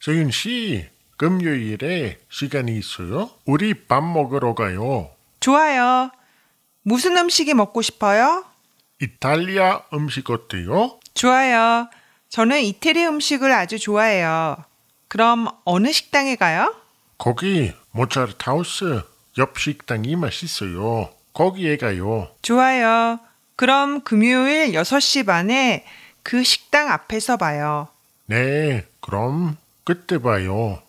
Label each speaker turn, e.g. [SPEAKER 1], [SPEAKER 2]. [SPEAKER 1] 세윤 씨, 금요일에 시간이 있어요? 우리 밥 먹으러 가요.
[SPEAKER 2] 좋아요. 무슨 음식이 먹고 싶어요?
[SPEAKER 1] 이탈리아 음식 어때요?
[SPEAKER 2] 좋아요. 저는 이태리 음식을 아주 좋아해요. 그럼 어느 식당에 가요?
[SPEAKER 1] 거기 모차르타우스 옆 식당이 맛있어요. 거기에 가요.
[SPEAKER 2] 좋아요. 그럼 금요일 6시 반에 그 식당 앞에서 봐요.
[SPEAKER 1] 네, 그럼 그때 봐요.